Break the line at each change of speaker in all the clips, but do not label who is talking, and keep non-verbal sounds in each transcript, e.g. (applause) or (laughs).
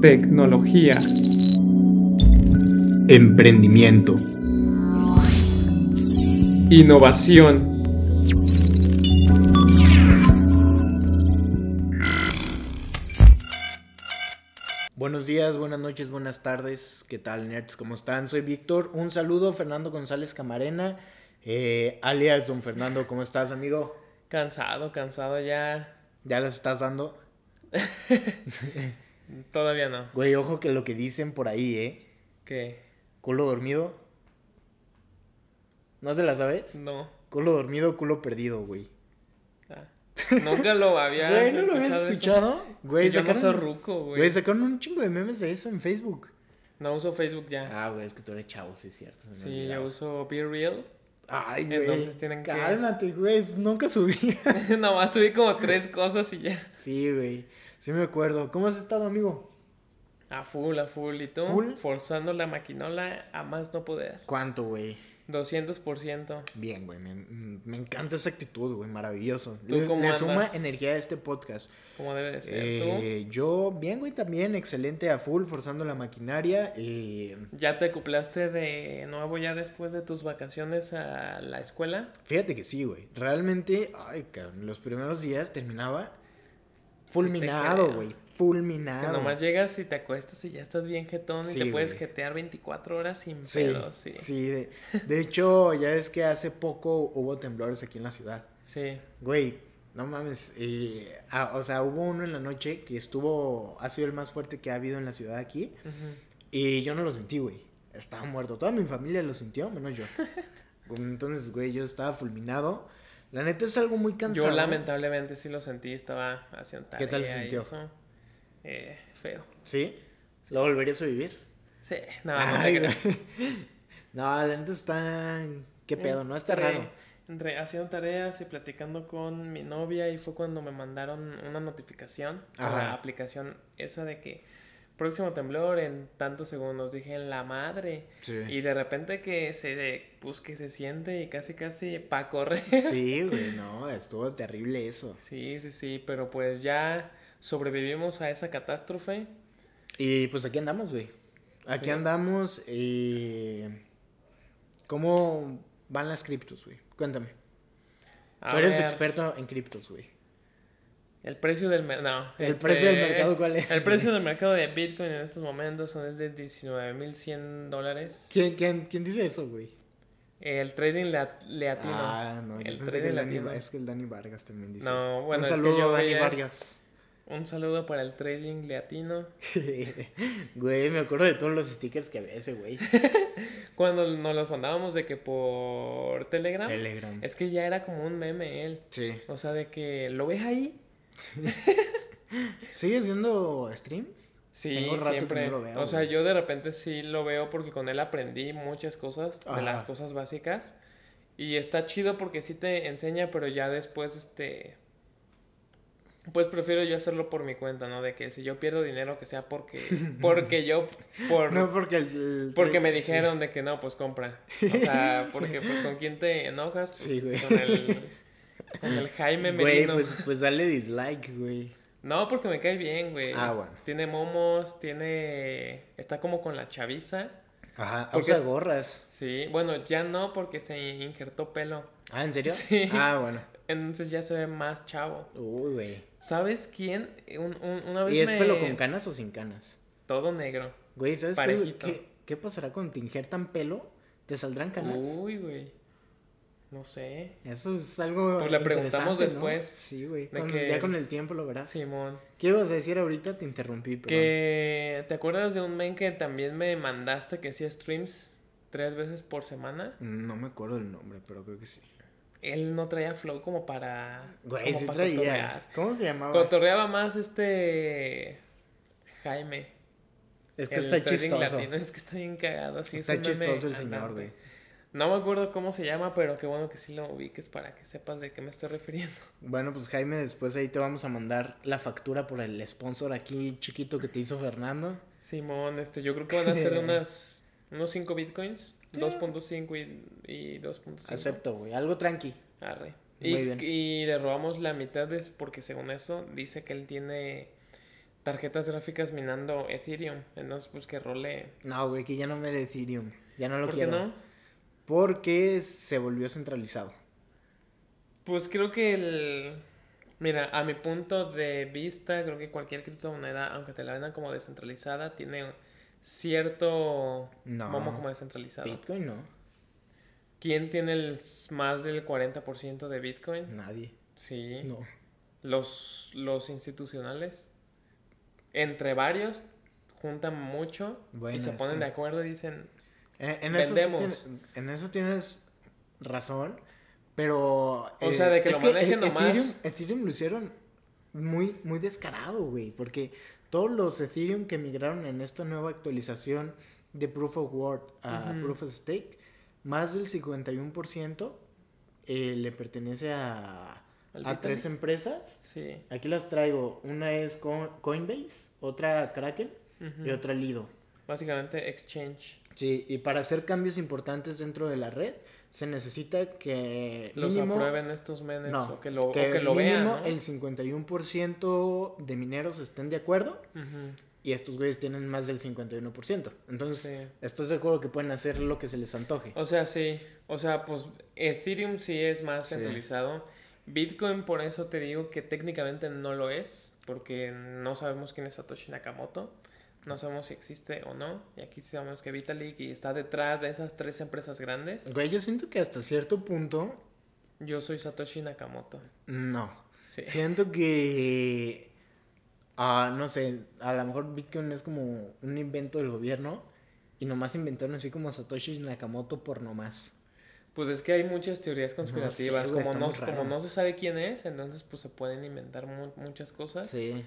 Tecnología.
Emprendimiento.
Innovación.
Buenos días, buenas noches, buenas tardes. ¿Qué tal, nerds? ¿Cómo están? Soy Víctor. Un saludo, Fernando González Camarena, eh, alias Don Fernando. ¿Cómo estás, amigo?
Cansado, cansado ya.
¿Ya las estás dando?
Todavía no.
Güey, ojo que lo que dicen por ahí, ¿eh?
¿Qué?
Culo dormido. ¿No te la sabes?
No.
Culo dormido, culo perdido, güey.
Ah. Nunca lo había
(laughs) Güey, ¿no lo habías
eso.
escuchado?
Güey,
Güey,
yo no soy
sacaron-
ruco, güey.
Güey, sacaron un chingo de memes de eso en Facebook.
No uso Facebook ya.
Ah, pues güey, es que tú eres chavo, sí es cierto. se me
sí,
olvidaba.
yo uso Be Real. (laughs)
Ay, güey.
Entonces tienen que-
Cálmate, güey, nunca subí. (laughs)
Nomás subí como tres cosas y ya.
sí, güey. Sí me acuerdo. ¿Cómo has estado, amigo?
A full, a full. ¿Y tú?
¿Full?
Forzando la maquinola a más no poder.
¿Cuánto, güey?
200%.
Bien, güey. Me, me encanta esa actitud, güey. Maravilloso.
¿Tú
le
cómo
le
andas?
suma energía a este podcast.
Como debe de ser.
Eh, yo, bien, güey, también. Excelente a full, forzando la maquinaria. eh,
¿Tú? ¿Ya te acoplaste de nuevo ya después de tus vacaciones a la escuela?
Fíjate que sí, güey. Realmente, ay, cabrón, los primeros días terminaba fulminado,
creo.
güey.
Que
fulminado.
nomás llegas y te acuestas y ya estás bien jetón
Ah, Sí,
y te puedes
güey.
jetear 24 horas sin
Sí,
pedo,
sí.
sí.
de, de hecho, ya es que hace poco hubo temblores aquí en la ciudad.
Sí.
Güey, no mames. eh, ah, o sea, hubo uno en la noche que estuvo, ha sido el más fuerte que ha habido en la ciudad aquí.
Ujú.
Y yo no lo sentí, güey. Estaba muerto. Toda mi familia lo sintió, menos yo. Entonces, güey, yo estaba fulminado. La neta es algo muy cansado.
Yo lamentablemente sí lo sentí, estaba haciendo tarea
¿Qué tal se
y
sintió?
eso. Eh, feo.
¿Sí? ¿Lo volverías a vivir?
Sí, no, no
Ay,
te
Ah, güey.
creas.
No, la neta está... (laughs) ¿Qué pedo? No Mm, está
Entre-
raro.
Entre haciendo tareas y platicando con mi novia y fue cuando me mandaron una notificación a
Ajá.
la aplicación esa de que próximo temblor en tantos segundos. Dije, en la madre. Y
Sí.
de repente que se, pues que se siente y casi casi pa' correr. (laughs)
Sí, güey, no, estuvo terrible eso.
Sí, sí, sí, pero pues ya sobrevivimos a esa catástrofe.
Y pues aquí andamos, güey. Aquí
Sí.
andamos. eh, ¿Cómo van las criptos, güey? Cuéntame.
A
Tú eres
ver.
experto en criptos, güey.
El precio del mercado. No, este,
¿El precio del mercado cuál es?
El
(laughs)
precio del mercado de Bitcoin en estos momentos son es de 19.100 dólares.
¿Quién, quién, quién dice eso, güey?
El trading lat- le atino.
Ah, no, yo
el
pensé que
trading
el Dani,
latino.
es que el Dani Vargas también dice
No,
eso.
bueno,
Un
es que
saludo
yo
a Dani
veía-
Vargas.
Un saludo para el trading le atino.
(laughs) güey, me acuerdo de todos los stickers que había
(laughs)
ese güey.
Cuando nos los mandábamos de que por Telegram,
Telegram.
es que ya era como un meme él.
Sí.
O sea, de que lo ves ahí.
¿Sigue haciendo streams?
Sí,
Tengo rato que
siempre.
no lo veo,
o sea,
güey.
yo de repente sí lo veo porque con él aprendí muchas cosas,
Ajá.
de las cosas básicas. Y está chido porque sí te enseña, pero ya después, este. Pues prefiero yo hacerlo por mi cuenta, ¿no? De que si yo pierdo dinero, que sea porque.
(laughs)
Porque yo. Por,
No, porque el- el-
porque me
sí.
dijeron de que no, pues compra. O sea, porque pues con quién te enojas. Pues,
Sí, güey.
Con el. Con el Jaime
Güey,
Merino.
pues, pues dale dislike, güey.
No, porque me cae bien, güey.
Ah, bueno.
Tiene momos, tiene. Está como con la chaviza.
Ajá,
¿Por
usa
qué?
gorras.
Sí, bueno, ya no porque se injertó pelo.
Ah, ¿en serio?
Sí.
Ah, bueno.
Entonces ya se ve más chavo.
Uy, güey.
¿Sabes quién? Un- un- una vez
¿Y es
me-
pelo con canas o sin canas?
Todo negro.
Güey, ¿sabes qué,
Parejito.
qué, qué pasará cuando te injertan pelo? ¿Te saldrán canas?
Uy, güey. No sé.
Eso es algo.
Pues le preguntamos
interesante, ¿no?
después.
Sí, güey.
De
Cuando-
que-
Ya con el tiempo lo verás.
Simón.
¿Qué ibas a decir ahorita? Te interrumpí, pero.
Que. ¿Te acuerdas de un men que también me mandaste que hacía streams tres veces por semana?
No me acuerdo el nombre, pero creo que sí.
Él no traía flow como para.
Güey,
como
sí
para
traía.
cotorrear.
¿Cómo se llamaba?
Cotorreaba más este Jaime.
Es que
el
está
trading
chistoso.
latino. Es que está bien cagado. sí, es
Está
un meme
chistoso el
andante.
señor, güey.
No me acuerdo cómo se llama, pero qué bueno que sí lo ubiques para que sepas de qué me estoy refiriendo. (laughs)
Bueno, pues Jaime, después ahí te vamos a mandar la factura por el sponsor aquí chiquito que te hizo Fernando.
Simón, este, yo creo que van a
(laughs)
ser unas, unos 5 bitcoins. 2.5 y, y 2.5.
Acepto, güey. Algo tranqui.
Arre.
Muy
Y,
bien.
y le robamos la mitad es porque según eso dice que él tiene tarjetas gráficas minando Ethereum. Entonces, pues que role.
No, güey, que ya no me de Ethereum. Ya no lo
¿Por qué
quiero.
no?
Porque se volvió centralizado.
Pues creo que el. Mira, a mi punto de vista, creo que cualquier criptomoneda, aunque te la vendan como descentralizada, tiene cierto
No.
momo como descentralizado.
Bitcoin no.
¿Quién tiene el, s- más del 40% de Bitcoin?
Nadie.
Sí.
No.
Los, los institucionales, entre varios, juntan mucho
Bueno,
y se
es
ponen
que-
de acuerdo y dicen,
Eh, En, en eso sí
Vendemos.
tien- en eso tienes razón, pero... eh,
sea, de que
es
lo manejen
e-
nomás.
Ethereum, Ethereum lo hicieron muy, muy descarado, güey, porque todos los Ethereum que migraron en esta nueva actualización de Proof of Work a
Ujú.
Proof of Stake, más del 51% eh, le pertenece a,
¿Al
a tres em-
Bitcoin?
empresas.
sí.
Aquí las traigo. Una es Co- Coinbase, otra Kraken
ujú".
y otra Lido.
Básicamente exchange.
Sí, y para hacer cambios importantes dentro de la red se necesita que
Los
mínimo,
aprueben estos menes
no,
o que lo, o
que
que lo vean.
mínimo
¿no?
el 51% de mineros estén de acuerdo
Ujú,
y estos güeyes tienen más del 51%. Entonces,
sí.
¿estás de acuerdo que pueden hacer lo que se les antoje?
O sea, sí. O sea, pues Ethereum sí es más
Sí.
centralizado. Bitcoin, por eso te digo que técnicamente no lo es, porque no sabemos quién es Satoshi Nakamoto. No sabemos si existe o no. Y aquí sí sabemos que Vitalik y está detrás de esas tres empresas grandes.
Güey, yo siento que hasta cierto punto,
Yo soy Satoshi Nakamoto.
no.
Sí.
Siento que, ah, no sé, a lo mejor Bitcoin es como un invento del gobierno y nomás inventaron así como Satoshi Nakamoto por nomás.
Pues es que hay muchas teorías conspirativas.
güey,
como,
está
no,
muy raro.
como no se sabe quién es, entonces pues se pueden inventar mu- muchas cosas.
Sí.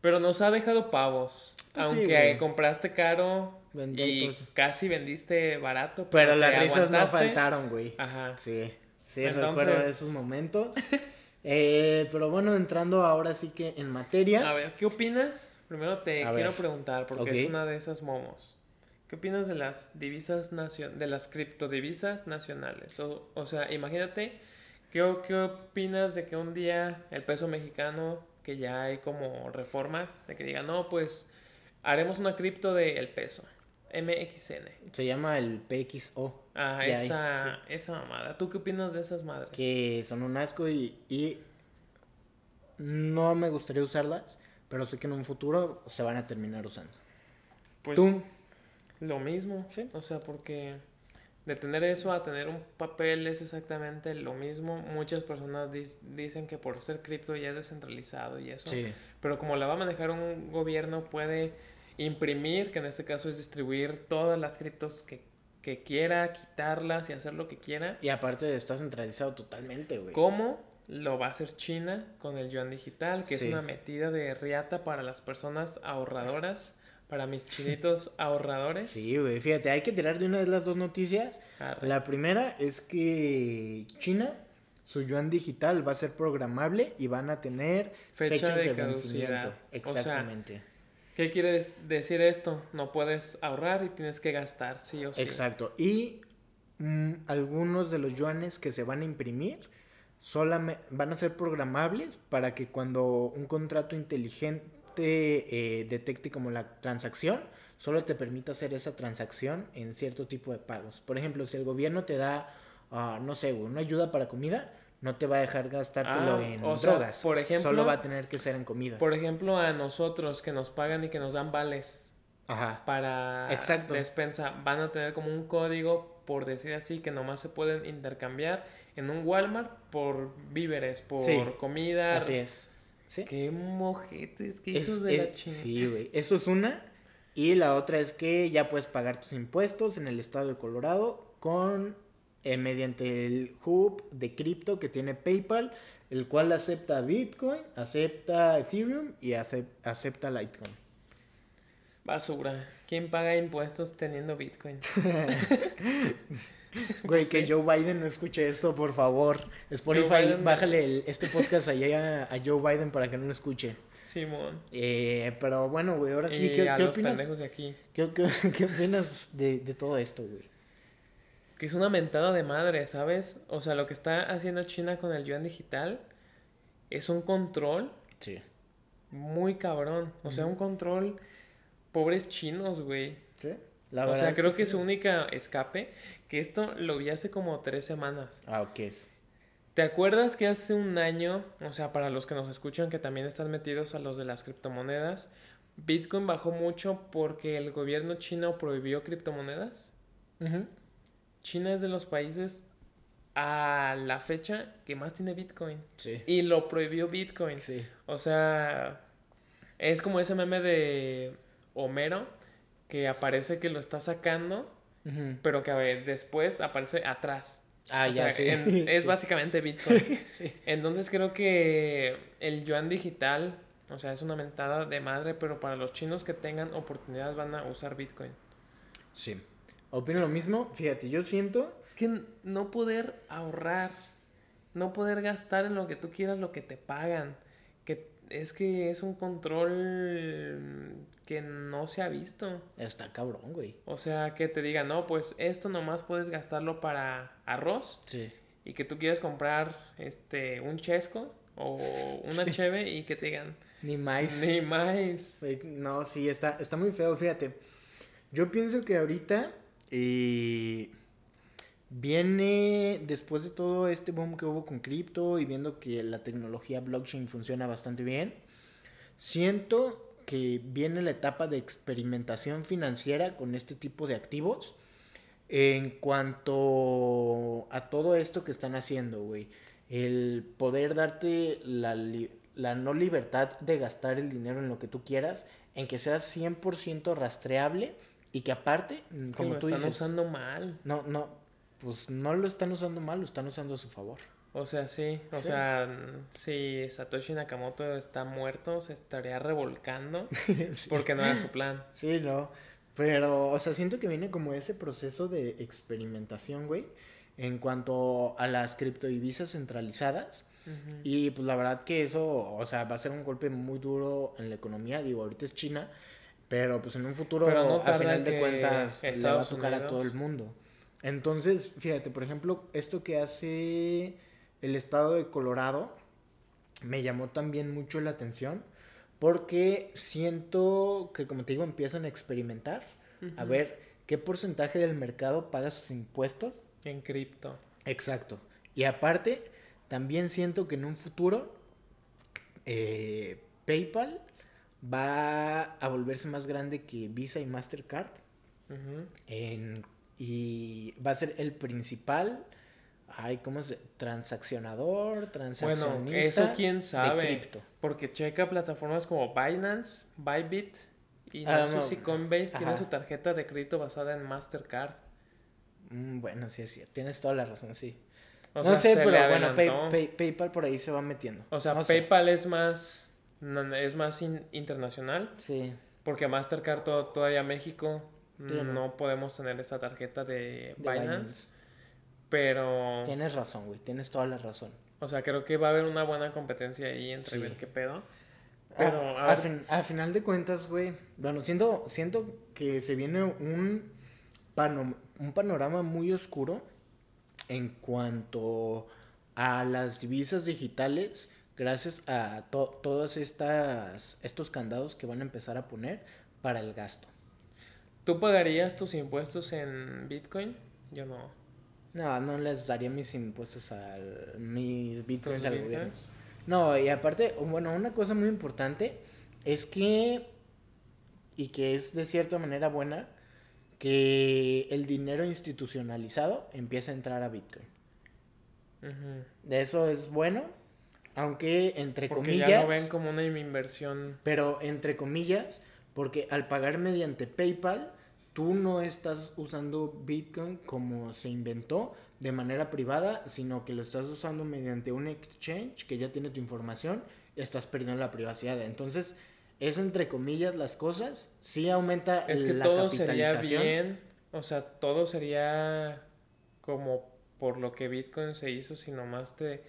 Pero nos ha dejado pavos.
Pues sí,
aunque
güey.
compraste caro
Vender
y
todo eso.
casi vendiste barato.
Pero
te
las risas no
aguantaste.
faltaron, güey.
Ajá.
Sí, sí,
Entonces-
recuerdo esos
(laughs)
momentos. Eh, pero bueno, entrando ahora sí que en
A
materia.
ver, ¿qué opinas? Primero te
A
quiero
ver.
preguntar, porque es
Ok.
una de esas momos. ¿Qué opinas de las divisas nacio- de las criptodivisas nacionales? O, o sea, imagínate, ¿qué, o- ¿qué opinas de que un día el peso mexicano, que ya hay como reformas, de que diga, no, pues haremos una cripto del peso, MXN?
Se llama el PXO.
Ah,
Ya hay,
esa, esa mamada. ¿Tú qué opinas de esas madres?
Que son un asco y, y no me gustaría usarlas. Pero sé que en un futuro se van a terminar usando.
Pues
Tú,
lo mismo.
Sí.
O sea, porque de tener eso a tener un papel es exactamente lo mismo. Muchas personas dis- dicen que por ser cripto ya es descentralizado y eso.
sí.
Pero como la va a manejar un gobierno, puede imprimir, que en este caso es distribuir todas las criptos que, que quiera, quitarlas y hacer lo que quiera.
Y aparte está centralizado totalmente, güey.
¿Cómo lo va a hacer China con el yuan digital? Que
Sí.
es una metida de riata para las personas ahorradoras, para mis chinitos
(laughs)
ahorradores.
Sí, güey. Fíjate, hay que tirar de una de las dos noticias.
Arre.
La primera es que China, su yuan digital va a ser programable y van a tener
Fecha
fechas
de
de, vencimiento.
caducidad. O sea,
Exactamente.
¿Qué quiere des- decir esto? No puedes ahorrar y tienes que gastar, sí o sí.
Exacto. Y mm, algunos de los yuanes que se van a imprimir solamente van a ser programables para que cuando un contrato inteligente eh, detecte como la transacción, solo te permita hacer esa transacción en cierto tipo de pagos. Por ejemplo, si el gobierno te da, ah, no sé, güey, una ayuda para comida, no te va a dejar gastártelo
Ah,
en
o sea,
drogas.
por ejemplo-
solo va a tener que ser en comida.
Por ejemplo, a nosotros que nos pagan y que nos dan vales
Ajá.
para
Exacto.
despensa, van a tener como un código, por decir así, que nomás se pueden intercambiar en un Walmart por víveres, por
Sí.
comida.
Así es. Sí.
Qué mojetes, qué
Es-
hijos de la
es-
chingada.
sí, güey. Eso es una. Y la otra es que ya puedes pagar tus impuestos en el estado de Colorado con eh, mediante el hub de cripto que tiene PayPal, el cual acepta Bitcoin, acepta Ethereum y acep- acepta
(laughs)
Litecoin.
Basura. ¿Quién paga impuestos teniendo
(laughs)
Bitcoin?
Güey, que Joe Biden no escuche esto, por favor.
Joe
Spotify,
Biden-
bájale el- este podcast allá a, a Joe Biden para que no lo escuche.
Simón.
Eh, pero bueno, güey, ahora sí,
y
¿qué,
Eh, a
qué
los
opinas?
pendejos de aquí.
¿Qué, qué- (laughs) qué opinas de, de todo esto, güey?
Que es una mentada de madre, ¿sabes? O sea, lo que está haciendo China con el yuan digital es un control
Sí.
muy cabrón. O sea, un control. Pobres chinos, güey.
¿Sí? La
O
verdad
sea, creo que
sí.
su única escape, que esto lo vi hace como tres semanas.
Ah, ok. es-
¿Te acuerdas que hace un año, o sea, para los que nos escuchan que también están metidos a los de las criptomonedas, Bitcoin bajó mucho porque el gobierno chino prohibió criptomonedas? China es de los países a la fecha que más tiene Bitcoin.
Sí.
Y lo prohibió Bitcoin.
Sí.
O sea, es como ese meme de Homero que aparece que lo está sacando,
Ujú.
pero que a ver, después aparece atrás.
Ah,
O
ya,
sea,
sí.
en- es
(laughs) Sí.
básicamente Bitcoin.
Sí.
Entonces creo que el yuan digital, o sea, es una mentada de madre, pero para los chinos que tengan oportunidad van a usar Bitcoin.
Sí. Opino lo mismo. Fíjate, yo siento.
Es que n- no poder ahorrar, no poder gastar en lo que tú quieras, lo que te pagan, que es que es un control que no se ha visto.
Está cabrón, güey.
O sea, que te digan, no, pues esto nomás puedes gastarlo para arroz
Sí.
y que tú quieres comprar este un chesco o una cheve y que te digan,
Ni más.
ni más.
Sí, No, sí, está, está muy feo, fíjate. Yo pienso que ahorita eh, viene, después de todo este boom que hubo con cripto y viendo que la tecnología blockchain funciona bastante bien, siento que viene la etapa de experimentación financiera con este tipo de activos en cuanto a todo esto que están haciendo, güey. El poder darte la, li- la no libertad de gastar el dinero en lo que tú quieras, en que seas 100% rastreable y que aparte,
Es que
como
lo
tú
están
dices,
usando mal.
no, no, pues no lo están usando mal, lo están usando a su
(laughs)
favor. (laughs)
O sea, sí. O
Sí.
sea, si Satoshi Nakamoto está muerto, se estaría
(laughs)
revolcando. Porque no era su plan.
Sí, no. Pero, o sea, siento que viene como ese proceso de experimentación, güey, en cuanto a las criptodivisas centralizadas. Y pues la verdad que eso, o sea, va a ser un golpe muy duro en la economía. Digo, ahorita es China, pero pues en un futuro,
Pero no
al
tarda
final de
que
cuentas, le va a
Estados
tocar a todo el
Unidos-
mundo. Entonces, fíjate, por ejemplo, esto que hace el estado de Colorado me llamó también mucho la atención porque siento que, como te digo, empiezan a experimentar, a
Ujú.
ver qué porcentaje del mercado paga sus impuestos
En cripto.
Exacto. Y aparte, también siento que en un futuro eh, PayPal va a volverse más grande que Visa y Mastercard.
Ujú.
en- y va a ser el principal, ay, ¿cómo se? Transaccionador, transaccionista.
Bueno, eso quién
de
sabe.
cripto.
Porque checa plataformas como Binance, Bybit. Y no
Ah,
sé
no.
si Coinbase tiene
Ajá.
su tarjeta de crédito basada en Mastercard.
Mm, bueno, sí, sí, tienes toda la razón, sí.
O
no
sea,
sé,
se le
pero bueno, Pay-
adelantó.
Pay- PayPal por ahí se va metiendo.
O sea,
No sé.
PayPal es más, no- es más in- internacional.
Sí,
Porque Mastercard to- todavía México
Sí, no.
no. podemos tener esa tarjeta de,
de
Binance,
Binance.
Pero,
Tienes razón, güey, tienes toda la razón.
o sea, creo que va a haber una buena competencia ahí entre
Sí.
ver qué pedo.
Pero
Pero,
a,
a ver.
a Ah, fin- a final de cuentas, güey, bueno, siento, siento que se viene un, pano- un panorama muy oscuro en cuanto a las divisas digitales, gracias a to- todos estas, estos candados que van a empezar a poner para el gasto.
¿Tú pagarías tus impuestos en Bitcoin? Yo no.
No, no les daría mis impuestos al, mis bitcoins
¿Tus
al
bitcoins?
gobierno. No, y aparte, bueno, una cosa muy importante es que, y que es de cierta manera buena, que el dinero institucionalizado empieza a entrar a Bitcoin.
Ujú.
De eso es bueno, aunque entre
Porque
comillas,
ya lo ven como una inversión.
pero entre comillas, porque al pagar mediante PayPal, tú no estás usando Bitcoin como se inventó de manera privada, sino que lo estás usando mediante un exchange que ya tiene tu información y estás perdiendo la privacidad. Entonces, es entre comillas las cosas, sí aumenta
Es que
la
todo sería
capitalización.
bien, o sea, todo sería como por lo que Bitcoin se hizo, si nomás te,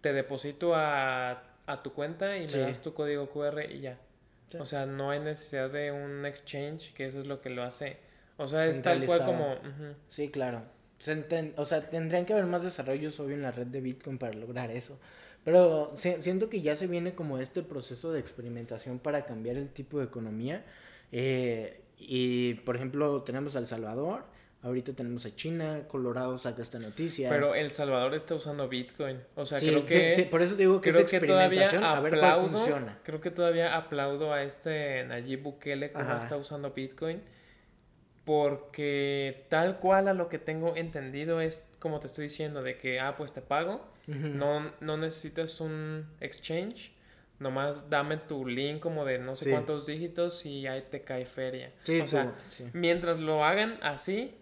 te deposito a, a tu cuenta y me
Sí.
das tu código QR y ya.
Sí.
O sea, no hay necesidad de un exchange, que eso es lo que lo hace. O sea, es tal cual como...
Centralizado.
ujú.
Sí, claro. Se enten- o sea, tendrían que haber más desarrollos, obvio, en la red de Bitcoin para lograr eso. Pero si- siento que ya se viene como este proceso de experimentación para cambiar el tipo de economía. Eh, y por ejemplo, tenemos a El Salvador, ahorita tenemos a China, Colorado saca esta noticia.
Pero El Salvador está usando Bitcoin. O sea,
Sí,
creo que.
sí, sí, por eso te digo que
creo
es
que todavía
experimentación, a ver cuál
aplaudo.
funciona.
Creo que todavía aplaudo a este Nayib Bukele como
Ajá.
está usando Bitcoin. Porque tal cual a lo que tengo entendido es como te estoy diciendo, de que, ah, pues te pago.
Ujú.
No, no necesitas un exchange. Nomás dame tu link como de no sé
Sí.
cuántos dígitos y ahí te cae feria.
Sí,
o sea,
tú, sí.
mientras lo hagan así,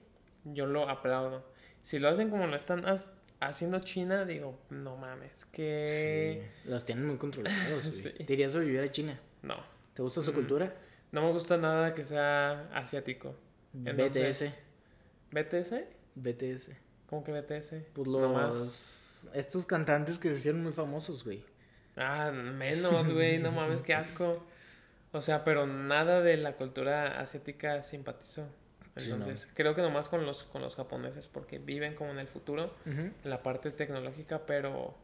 yo lo aplaudo. Si lo hacen como lo están haz- haciendo China, digo, no mames, que...
Sí, Los tienen muy
(laughs)
controlados. güey.
Sí.
¿Te irías a vivir a China?
No,
¿Te gusta su cultura?
no me gusta nada que sea asiático. Entonces- ¿BTS?
BTS. BTS.
¿Cómo que BTS?
Pues los...
Nomás-
Estos cantantes que se hicieron muy famosos, güey.
Ah, menos, güey, no mames, qué asco. O sea, pero nada de la cultura asiática simpatizo.
Sí, no.
Entonces, creo que nomás con los, con los japoneses, porque viven como en el futuro, en la parte tecnológica, pero,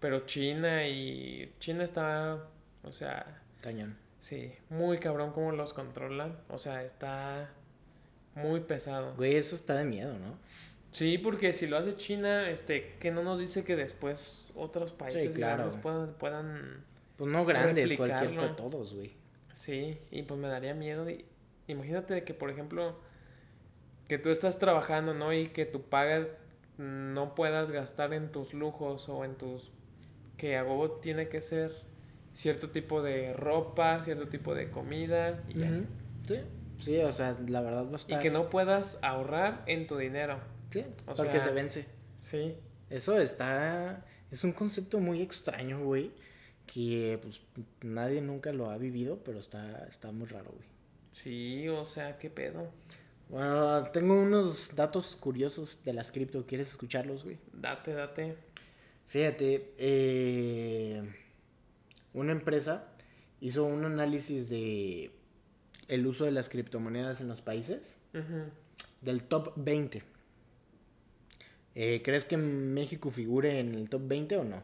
pero China y China está, o sea,
Cañón.
sí, muy cabrón como los controlan. O sea, está muy pesado.
Güey, eso está de miedo, ¿no?
Sí, porque si lo hace China, este, que no nos dice que después otros países
claro,
grandes
güey.
puedan, puedan
Pues no grandes,
Replicarlo.
cualquier todos, güey.
Sí, y pues me daría miedo. y- imagínate de que, por ejemplo, que tú estás trabajando, ¿no? Y que tu paga no puedas gastar en tus lujos o en tus... Que a huevo tiene que ser cierto tipo de ropa, cierto tipo de comida. Y, ya.
Ujú. Sí. Sí, o sea, la verdad va a
Y
estar.
que no puedas ahorrar en tu dinero.
Sí,
o
porque
sea-
se vence.
Sí.
Eso está. Es un concepto muy extraño, güey. Que pues nadie nunca lo ha vivido, pero está, está muy raro, güey.
Sí, o sea, qué pedo.
Bueno, tengo unos datos curiosos de las cripto. ¿Quieres escucharlos, güey?
Date, date.
Fíjate, eh, una empresa hizo un análisis de el uso de las criptomonedas en los países
Ujú.
del top 20. Eh, ¿Crees que México figure en el top 20 o no?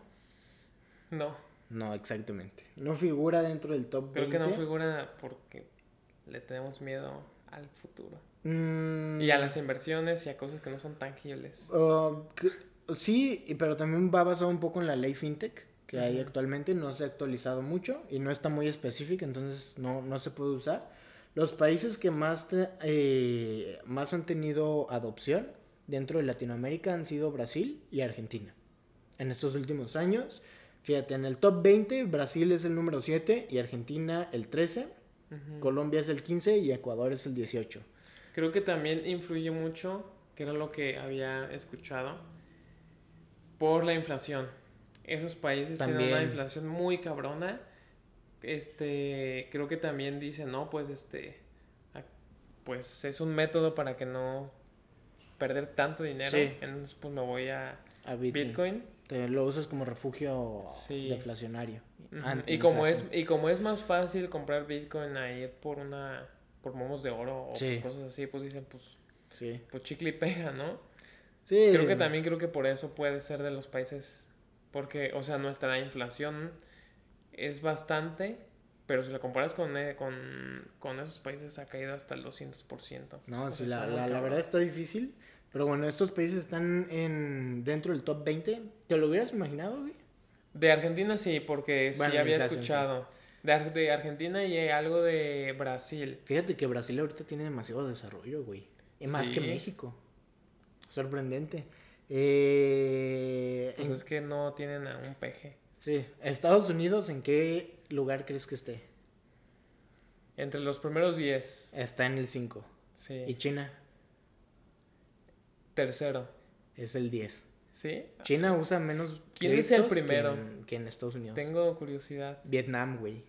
No,
No, exactamente. No figura dentro del top
creo
20.
que no figura porque le tenemos miedo al futuro.
Mm,
Y a las inversiones y a cosas que no son tangibles.
Uh, que- sí, y- pero también va basado un poco en la ley fintech que hay
Ujú.
actualmente, no se ha actualizado mucho y no está muy específica, entonces no, no se puede usar. Los países que más, te- eh, más han tenido adopción dentro de Latinoamérica han sido Brasil y Argentina. En estos últimos años, fíjate, en el top 20 Brasil es el número 7 y Argentina el 13,
Ujú.
Colombia es el 15 y Ecuador es el 18.
Creo que también influye mucho, que era lo que había escuchado, por la inflación. Esos países tienen una
También.
inflación muy cabrona. Este, creo que también dicen, no, pues este, a- pues es un método para que no perder tanto dinero.
Sí.
Entonces, pues me voy a
A
Bitcoin.
Te lo usas como refugio
Sí.
deflacionario.
Ujú. Y
antiinflación.
como es y como es más fácil comprar Bitcoin a ir por una por momos de oro o
Sí.
por cosas así, pues dicen pues
Sí.
pues chicle y pega, ¿no?
Sí.
Creo que también creo que por eso puede ser de los países porque o sea, nuestra inflación es bastante, pero si la comparas con eh, con, con esos países ha caído hasta el 200%.
No,
O sea,
sí, la,
Pues está muy
la- la
cabrón.
verdad está difícil. Pero bueno, estos países están en dentro del top 20. ¿Te lo hubieras imaginado, güey?
De Argentina sí, porque sí
Bueno,
había
inflación, sí.
escuchado. De, Ar- de Argentina y algo de Brasil.
Fíjate que Brasil ahorita tiene demasiado desarrollo, güey. Y más que
Sí.
México. Sorprendente. Eh,
Pues
en-
es que no tienen a un peje.
Sí. Estados Unidos, ¿en qué lugar crees que esté?
Entre los primeros 10.
Está en el 5. Y
Sí.
China
Tercero.
es el 10.
¿Sí?
China usa menos.
¿Quién es el
créditos
primero?
Que en, que en Estados Unidos.
Tengo curiosidad.
Vietnam, güey.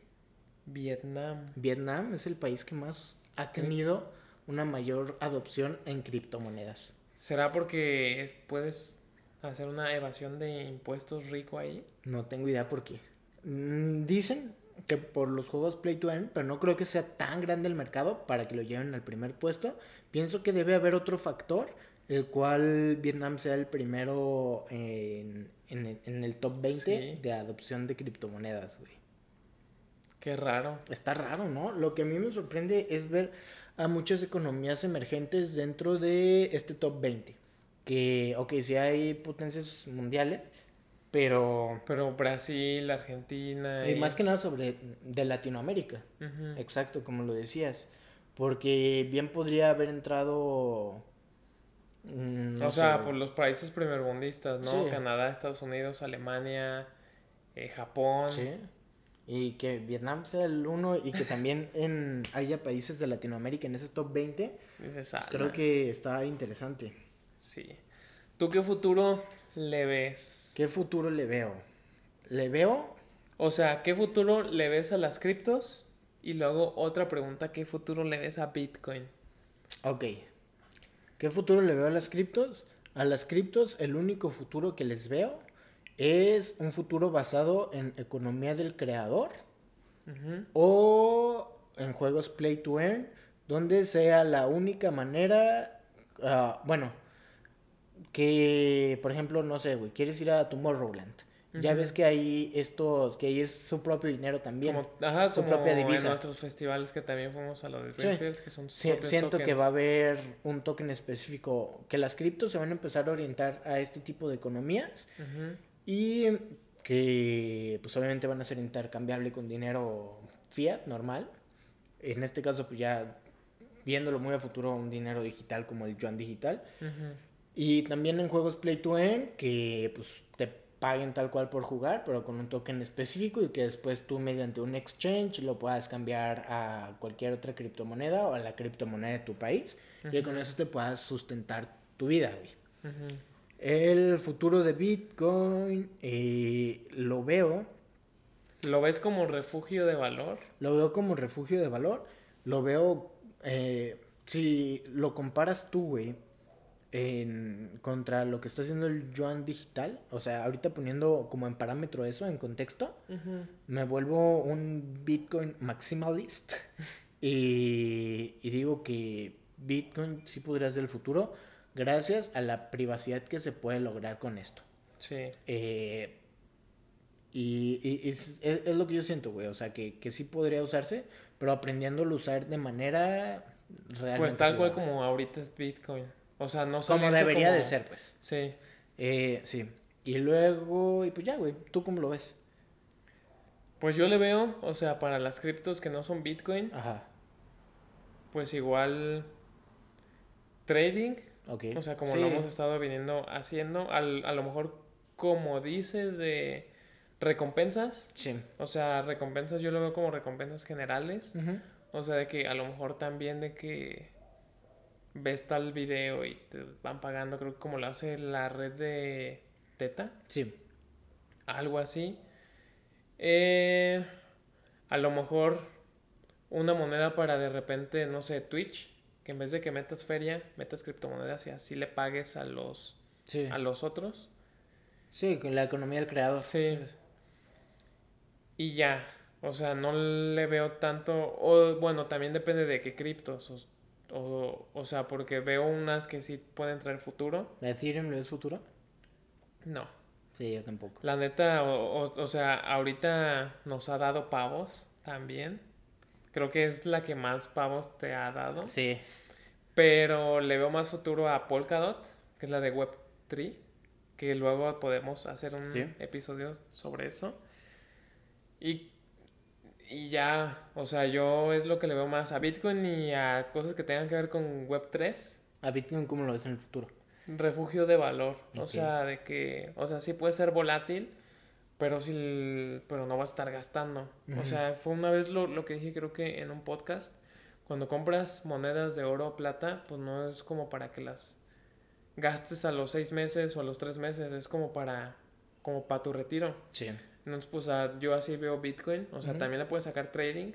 Vietnam.
Vietnam es el país que más ha tenido una mayor adopción en criptomonedas.
¿Será porque es- puedes hacer una evasión de impuestos rico ahí?
No tengo idea por qué. Mm, Dicen que por los juegos Play to Earn, pero no creo que sea tan grande el mercado para que lo lleven al primer puesto. Pienso que debe haber otro factor el cual Vietnam sea el primero en, en- en el top 20
Sí.
de adopción de criptomonedas, güey.
Qué raro.
Está raro, ¿no? Lo que a mí me sorprende es ver a muchas economías emergentes dentro de este top 20. Que, ok, sí hay potencias mundiales, pero...
Pero Brasil, Argentina.
Y más que nada sobre de Latinoamérica.
Eh. Ujú.
Exacto, como lo decías. Porque bien podría haber entrado... mm, no
o
sé,
sea,
güey.
por los países primermundistas, ¿no?
Sí.
Canadá, Estados Unidos, Alemania, eh, Japón.
Sí. Y que Vietnam sea el uno y que también en, haya países de Latinoamérica en ese top 20.
Dices,
pues
"Ah,
creo
no".
que está interesante.
Sí. ¿Tú qué futuro le ves?
¿Qué futuro le veo? Le veo
O sea, ¿qué futuro le ves a las criptos? Y luego otra pregunta, ¿qué futuro le ves a Bitcoin?
Ok. ¿Qué futuro le veo a las criptos? A las criptos el único futuro que les veo es un futuro basado en economía del creador
Ujú.
o en juegos play to earn, donde sea la única manera, ah, bueno, que por ejemplo, no sé, güey, quieres ir a Tomorrowland. Ya
Ujú.
ves que ahí estos, que ahí es su propio dinero también.
Como, ajá,
su
como
propia
en
divisa.
nuestros festivales que también fuimos a lo de
Sí.
Greenfields, que son sus
Sie-
propios
siento que
tokens.
va a haber un token específico, que las criptos se van a empezar a orientar a este tipo de economías
Ujú.
y que pues obviamente van a ser intercambiable con dinero fiat normal. En este caso pues ya viéndolo muy a futuro un dinero digital como el yuan digital
Ujú.
y también en juegos play to earn que pues te paguen tal cual por jugar, pero con un token específico y que después tú mediante un exchange lo puedas cambiar a cualquier otra criptomoneda o a la criptomoneda de tu país y con eso te puedas sustentar tu vida, güey.
Ujú.
El futuro de Bitcoin eh, lo veo,
¿Lo ves como refugio de valor?
lo veo como refugio de valor, lo veo, eh, si lo comparas tú, güey, en- contra lo que está haciendo el yuan digital, o sea, ahorita poniendo como en parámetro eso, en contexto,
Ujú.
me vuelvo un Bitcoin maximalist y, y digo que Bitcoin sí podría ser el futuro gracias a la privacidad que se puede lograr con esto.
Sí.
Eh, y y- y es, es- es lo que yo siento, güey. O sea, que, que sí podría usarse, pero aprendiéndolo a usar de manera realmente.
Pues tal cual
privada.
como ahorita es Bitcoin. O sea, no
Como
salirse
debería
como-
de ser, pues.
Sí.
Eh, sí. Y luego, y pues ya, güey. ¿Tú cómo lo ves?
Pues yo le veo, o sea, para las criptos que no son Bitcoin,
Ajá.
pues igual trading,
Ok.
o sea, como
Sí,
lo hemos estado viniendo haciendo, al- a lo mejor como dices de recompensas,
Sí.
o sea, recompensas yo lo veo como recompensas generales,
Ujú.
o sea, de que a lo mejor también de que ves tal video y te van pagando, creo que como lo hace la red de Teta.
Sí.
Algo así. Eh, a lo mejor una moneda para de repente, no sé, Twitch, que en vez de que metas feria, metas criptomonedas y así le pagues a los,
Sí.
a los otros.
Sí, con la economía del creador.
Sí. Y ya. O sea, no le veo tanto. O bueno, también depende de qué criptos. O, o, o sea, porque veo unas que sí pueden traer futuro.
¿La Ethereum lo es futuro?
No.
Sí, yo tampoco.
La neta, o, o- o sea, ahorita nos ha dado pavos también. Creo que es la que más pavos te ha dado.
Sí.
Pero le veo más futuro a Polkadot, que es la de Web3, que luego podemos hacer un
Sí.
episodio sobre eso. Y, y ya, o sea, yo es lo que le veo más a Bitcoin y a cosas que tengan que ver con Web3.
¿A Bitcoin cómo lo ves en el futuro?
Refugio de valor, o
Ok.
sea, de que, o sea, sí puede ser volátil, pero si l- pero no va a estar gastando. O
Ujú.
sea, fue una vez lo, lo que dije creo que en un podcast, cuando compras monedas de oro o plata, pues no es como para que las gastes a los seis meses o a los tres meses, es como para, como para tu retiro.
Sí.
Entonces, pues ah, yo así veo Bitcoin. O sea,
Ujú.
también le puedes sacar trading.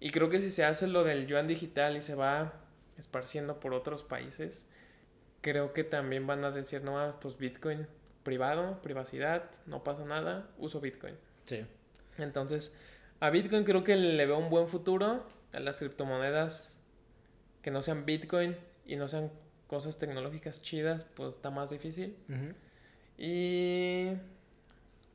Y creo que si se hace lo del yuan digital y se va esparciendo por otros países, creo que también van a decir, no, ah, pues Bitcoin privado, privacidad, no pasa nada, uso Bitcoin.
Sí.
Entonces, a Bitcoin creo que le veo un buen futuro. A las criptomonedas que no sean Bitcoin y no sean cosas tecnológicas chidas, pues está más difícil.
Ujú.
Y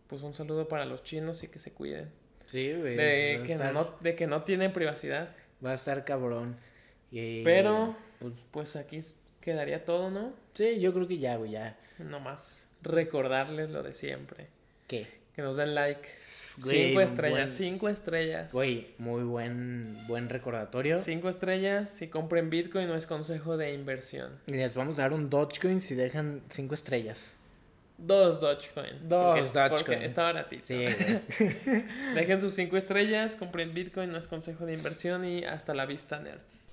pues un saludo para los chinos y que se cuiden.
Sí, güey.
De
va, a
que,
estar,
no, de que no tienen privacidad.
va a estar cabrón. Y,
Pero-
pues,
Pues aquí s- quedaría todo, ¿no?
sí, yo creo que ya, güey, ya.
No más. Recordarles lo de siempre.
¿Qué?
Que nos den like.
Güey,
cinco estrellas,
buen-
cinco estrellas.
Güey, muy buen, buen recordatorio.
Cinco estrellas. Si compren Bitcoin no es consejo de inversión.
Les vamos a dar un Dogecoin si dejan cinco estrellas.
Dos Dogecoin.
Dos
porque
Dogecoin.
está baratito. (laughs)
Sí, güey.
Dejen sus cinco estrellas, compren Bitcoin, no es consejo de inversión y hasta la vista, nerds.